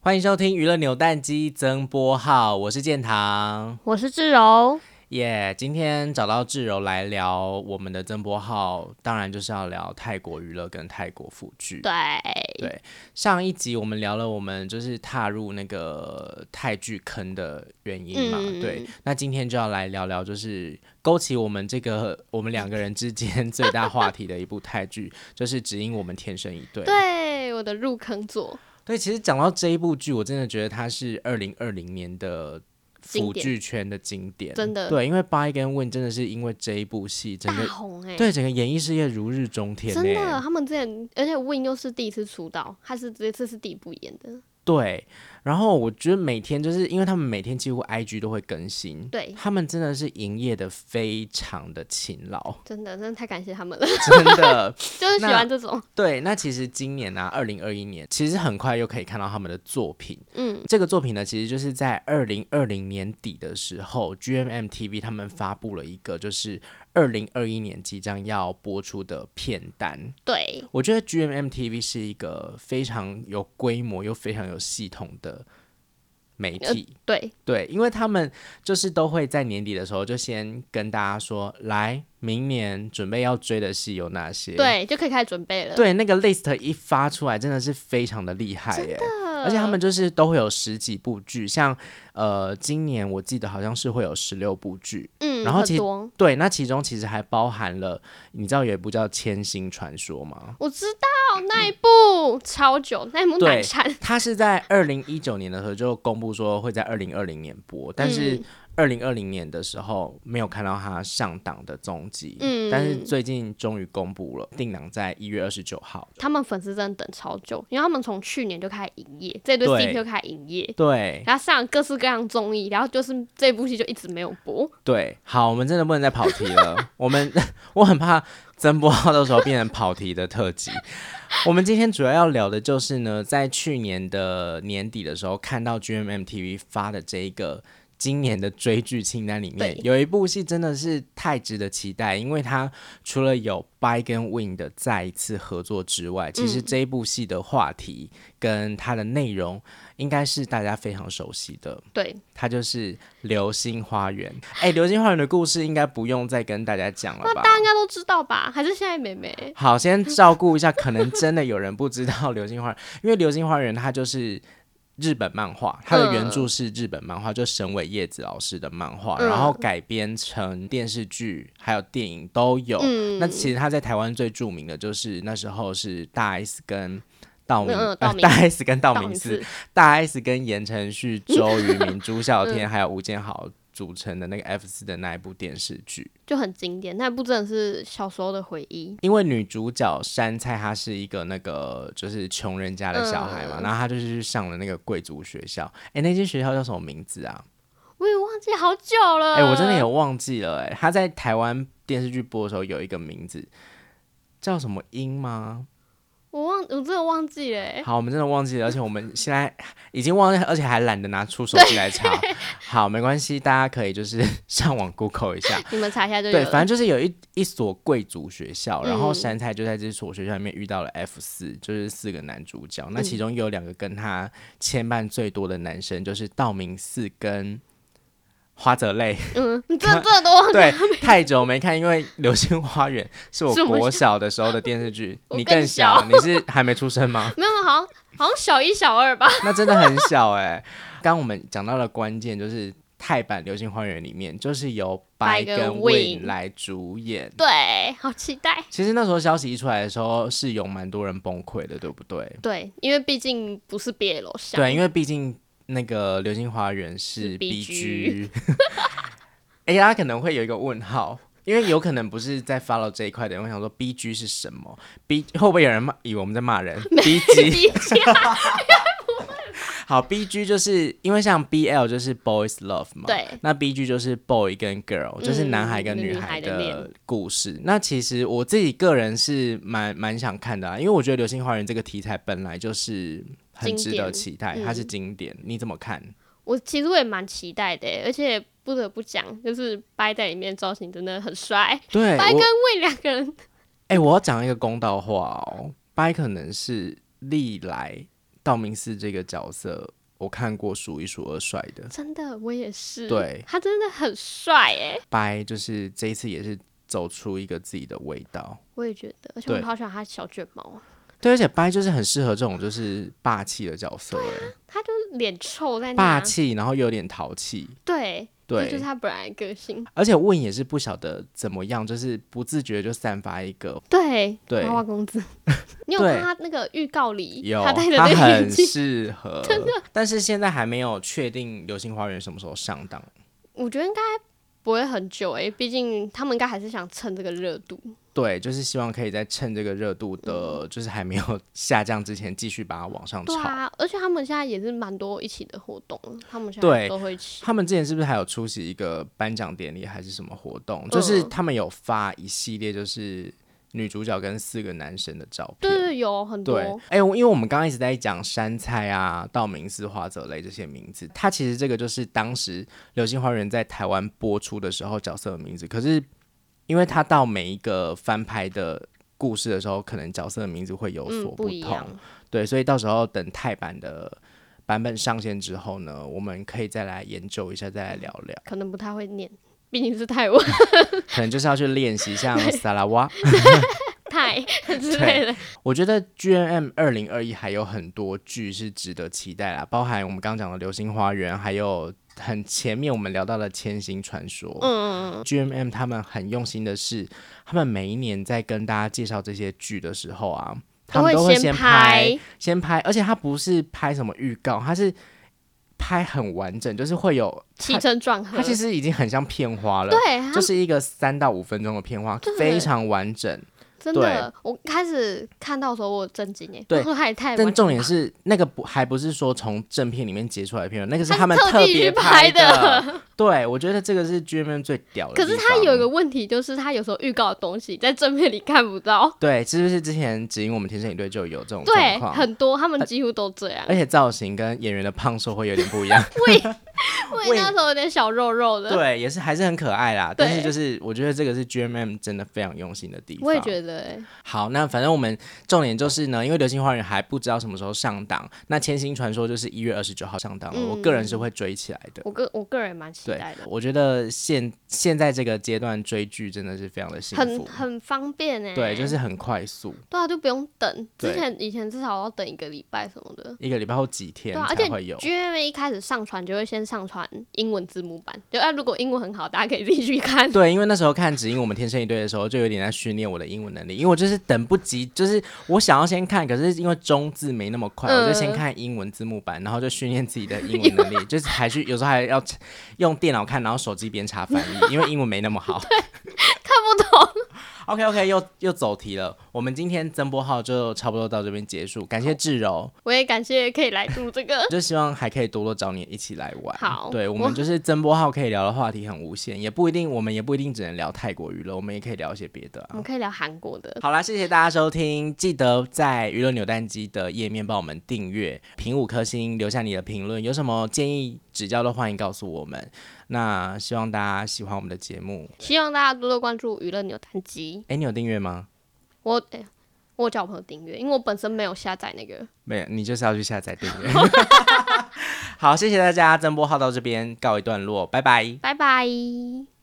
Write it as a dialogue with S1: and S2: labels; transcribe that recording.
S1: 欢迎收听娱乐扭蛋机增播号，我是建堂，
S2: 我是志柔。
S1: 耶、今天找到志柔来聊我们的增播号，当然就是要聊泰国娱乐跟泰国腐剧。
S2: 对，
S1: 对，上一集我们聊了我们就是踏入那个泰剧坑的原因嘛，
S2: 嗯
S1: 对。那今天就要来聊聊，就是勾起我们这个我们两个人之间最大话题的一部泰剧，就是《只因我们天生一对》。
S2: 对，我的入坑作，
S1: 对，其实讲到这一部剧，我真的觉得它是二零二零年的。
S2: 经
S1: 腐
S2: 典
S1: 剧圈的经典，
S2: 真的
S1: 对，因为《八一跟 Win》真的是因为这一部戏，整
S2: 大
S1: 个
S2: 红哎、
S1: 对整个演艺事业如日中天、欸，
S2: 真的，他们之前，而且 Win 又是第一次出道，他是这次是第一部演的，
S1: 对，然后我觉得每天就是因为他们每天几乎 IG 都会更新，
S2: 对
S1: 他们真的是营业的非常的勤劳，
S2: 真的，真的太感谢他们了，
S1: 真的。
S2: 就是喜欢这种，
S1: 对，那其实今年呢、啊，二零二一年，其实很快又可以看到他们的作品。
S2: 嗯，
S1: 这个作品呢，其实就是在二零二零年底的时候，GMM TV 他们发布了一个就是二零二一年即将要播出的片单。
S2: 对，
S1: 我觉得 GMM TV 是一个非常有规模又非常有系统的媒
S2: 呃
S1: 体。
S2: 对，
S1: 对，因为他们就是都会在年底的时候就先跟大家说，来，明年准备要追的戏有哪些？
S2: 对，就可以开始准备了，
S1: 对，那个 list 一发出来，真的是非常的厉害耶！而且他们就是都会有十几部剧，像呃，今年我记得好像是会有十六部剧。
S2: 嗯，
S1: 然后其
S2: 很
S1: 实
S2: 多，
S1: 对，那其中其实还包含了，你知道有一部叫《千星传说》吗？
S2: 我知道那一部超久，那一
S1: 嗯
S2: 部
S1: 对
S2: 难看，
S1: 它是在二零一九年的时候就公布说会在二零二零年播，但是
S2: 嗯
S1: 二零二零年的时候没有看到它上档的踪迹。
S2: 嗯
S1: 但是最近终于公布了，定档在一月二十九号。
S2: 他们粉丝真的等超久，因为他们从去年就开始营业，这对
S1: 对
S2: CP 就开始营业。
S1: 对
S2: 然后上各式各样的综艺，然后就是这部戏就一直没有播，
S1: 对，好，我们真的不能再跑题了。 我们我很怕增播号的时候变成跑题的特辑。我们今天主要要聊的就是呢，在去年的年底的时候，看到 GMM TV 发的这一个今年的追剧清单里面
S2: 对，
S1: 有一部戏真的是太值得期待，因为它除了有 By 跟 Win 的再一次合作之外，其实这一部戏的话题跟它的内容应该是大家非常熟悉的。
S2: 对，
S1: 它就是《流星花园》。哎，《流星花园》的故事应该不用再跟大家讲了吧？
S2: 大家都知道吧？还是现在妹妹？
S1: 好，先照顾一下，可能真的有人不知道《流星花园》，因为《流星花园》它就是日本漫
S2: 嗯
S1: 画，它的原著是日本漫画，就神尾叶子老师的漫画，
S2: 嗯
S1: 然后改编成电视剧还有电影都有。
S2: 嗯
S1: 那其实它在台湾最著名的就是那时候是大 S 跟。道明、
S2: 嗯嗯
S1: 呃
S2: 道明
S1: 大 S 跟道明
S2: 明
S1: 寺，大 S 跟言承旭、周渝民、朱孝天、还有吴建豪组成的那个 F 四的那一部电视剧。
S2: 就很经典，那部真的是小时候的回忆。
S1: 因为女主角山菜她是一个那个就是穷人家的小孩嘛，
S2: 嗯
S1: 然后她就是去上了那个贵族学校。哎，那间学校叫什么名字啊？
S2: 我也忘记好久了。
S1: 哎，我真的有忘记了。哎，她在台湾电视剧播的时候有一个名字。叫什么英吗？
S2: 我忘，我真的忘记了欸。
S1: 好，我们真的忘记了，而且我们现在已经忘记，而且还懒得拿出手机来查。好，没关系，大家可以就是 上网 Google 一下。
S2: 你们查一下就有
S1: 对，
S2: 了
S1: 反正就是有一一所贵族学校，然后
S2: 嗯
S1: 山菜就在这所学校里面遇到了 F 四，就是四个男主角。
S2: 嗯
S1: 那其中有两个跟他牵绊最多的男生，就是道明寺跟花泽 类。
S2: 嗯，你真的真的都忘记。
S1: 对，太久没看，因为《流星花园》是我
S2: 是我
S1: 国小的时候的电视剧，
S2: 我
S1: 你
S2: 更
S1: 更小，你是还没出生吗？
S2: 没有，好像好像小一、小二吧。
S1: 那真的很小哎、刚刚我们讲到了关键，就是泰版《流星花园》里面，就是由白
S2: 白
S1: 跟
S2: 跟
S1: Win
S2: Win
S1: 来主演。
S2: 对，好期待。
S1: 其实那时候消息一出来的时候，是有蛮多人崩溃的，对不对？
S2: 对，因为毕竟不是 BL 项。
S1: 对，因为毕竟那个《流星花园》是
S2: 是
S1: BG，哎，大家可能会有一个问号，因为有可能不是在 follow 这一块的人会想说 BG 是什么？B 会不会有人骂以为我们在骂 人？BG
S2: 毕竟
S1: 好，BG 就是因为像 BL 就是 Boys Love 嘛，
S2: 对
S1: 那 BG 就是 boy 跟 girl，、
S2: 嗯
S1: 就是男孩跟女
S2: 女孩的
S1: 的
S2: 恋
S1: 故事。那其实我自己个人是蛮蛮想看的、啊，因为我觉得《流星花园》这个题材本来就是很值得期待，
S2: 经典嗯
S1: 它是经典。你怎么 看？
S2: 我其实我也蛮期待的欸，而且不得不讲，就是掰在里面造型真的很帅。
S1: 对，
S2: 掰
S1: 哎我
S2: 跟魏两个人
S1: 哎、我要讲一个公道话哦，掰可能是历来道明寺这个角色，我看过数一数二帅的。
S2: 真的，我也是。
S1: 对
S2: 他真的很帅哎，
S1: 白就是这一次也是走出一个自己的味道，
S2: 我也觉得，而且我
S1: 对
S2: 好喜欢他小卷毛啊，
S1: 对，而且白就是很适合这种就是霸气的角色、欸，
S2: 他就是脸臭在那
S1: 霸，气，然后又有点淘气，
S2: 对，这
S1: 对
S2: 就是，他本来的个性。
S1: 而且问也是不晓得怎么样，就是不自觉就散发一个
S2: 对，
S1: 对
S2: 花花 公子，你有
S1: 对
S2: 看他那个预告里
S1: 有，
S2: 他戴的那个眼
S1: 很
S2: 镜？
S1: 适 合，但是现在还没有确定《流星花园》什么时候上档。
S2: 我觉得应该不会很久诶、毕竟他们应该还是想蹭这个热度。
S1: 对，就是希望可以在趁这个热度的，就是还没有 下降之前，继续把它往上
S2: 嗯对
S1: 炒。
S2: 啊，而且他们现在也是蛮多一起的活动，他们现在
S1: 对
S2: 都会一起。
S1: 他们之前是不是还有出席一个颁奖典礼还是什么活动？就是
S2: 嗯
S1: 他们有发一系列就是女主角跟四个男生的照片。
S2: 对对，有很多
S1: 对，哎、我因为我们刚刚一直在讲山菜啊、道明寺、花泽类这些名字，它其实这个就是当时《流星花园》在台湾播出的时候角色的名字。可是，因为它到每一个翻拍的故事的时候，可能角色的名字会有
S2: 嗯
S1: 所
S2: 不一
S1: 同，
S2: 样。
S1: 对，所以到时候等泰版的版本上线之后呢，我们可以再来研究一下，再来聊聊，
S2: 可能不太会念，毕竟是泰文
S1: 可能就是要去练习像萨拉瓦。
S2: 泰之类的。
S1: 我觉得 G N M 二零二一还有很多剧是值得期待啦，包含我们刚刚讲的《流星花园》，还有很前面我们聊到的《千星传说》。嗯 g M M 他们很用心的是，他们每一年在跟大家介绍这些剧的时候啊，他们都会
S2: 先
S1: 先拍，先拍，而且他不是拍什么预告，他是拍很完整，就是会有
S2: 起
S1: 它
S2: 承转合
S1: 它，其实已经很像片花了，
S2: 对，他
S1: 就是一个三到五分钟的片花
S2: 对，
S1: 非常完整。
S2: 真的，我开始看到的时候我有震惊哎，
S1: 对
S2: 我说他也太
S1: 但
S2: 完
S1: 重
S2: 美
S1: 点
S2: 了
S1: 是，那个不还不是说从正片里面截出来的片段，那个是
S2: 它是
S1: 他们
S2: 特地去
S1: 别
S2: 拍
S1: 的。
S2: 的
S1: 对，我觉得这个是 G M 最屌的地
S2: 可
S1: 方。
S2: 是他有一个问题，就是他有时候预告的东西在正片里看不到，
S1: 对，是不是之前指引我们天生一对就有这种
S2: 对
S1: 状，况？哎
S2: 很多他们几乎都这样
S1: 而。且造型跟演员的胖瘦会有点不 一样。
S2: 我也那时候有点小肉肉的，
S1: 对，也是还是很可爱啦。
S2: 对
S1: 但是就是我觉得这个是 G M M 真的非常用心的地方。
S2: 我也觉得哎，
S1: 好，那反正我们重点就是呢，因为《流星花园》还不知道什么时候上档，那《千星传说》就是一月二十九号上档了。
S2: 嗯
S1: 我个人是会追起来的。
S2: 我个我个人蛮期
S1: 对
S2: 待的，，
S1: 我觉得现现在这个阶段追剧真的是非常的幸
S2: 很
S1: 福，
S2: 很方便哎，
S1: 对，就是很快速，
S2: 对啊，就不用等。之
S1: 对
S2: 前以前至少要等一个礼拜什么的，
S1: 一个礼拜后几天
S2: 对啊，而且
S1: 才会有。
S2: GMA 一开始上传就会先上传英文字幕版，就哎、如果英文很好，大家可以自己去看。
S1: 对，因为那时候看《只因我们天生一对》的时候，就有点在训练我的英文能力，因为我就是等不及，就是我想要先看，可是因为中字没那么快，
S2: 嗯
S1: 我就先看英文字幕版，然后就训练自己的英文 能力，就是还去有时候还要用电脑看，然后手机边查翻译，因为英文没那么 好，看 不懂。OK OK，又又走题了。我们今天增播号就差不多到这边结束，感谢智柔。，
S2: 我也感谢可以来录这个
S1: 就希望还可以多多找你一起来玩。
S2: 好
S1: 对我
S2: 我
S1: 们就是增播号可以聊的话题很无限，也不一定，我们也不一定只能聊泰国娱乐，我们也可以聊一些别的 啊。
S2: 我们可以聊韩国的。
S1: 好啦，谢谢大家收听，记得在娱乐扭蛋机的页面帮我们订阅、评五颗星，留下你的评论，有什么建议指教都欢迎告诉我们。那希望大家喜欢我们的节 目。
S2: 希望大家多多关注娱乐扭蛋机。
S1: 哎，你有订阅吗？
S2: 我哎、我有叫我朋友订阅，因为我本身没有下载那个。
S1: 没有，你就是要去下载订 阅。好，谢谢大家，增播号到这边告一段落，拜拜。
S2: 拜拜。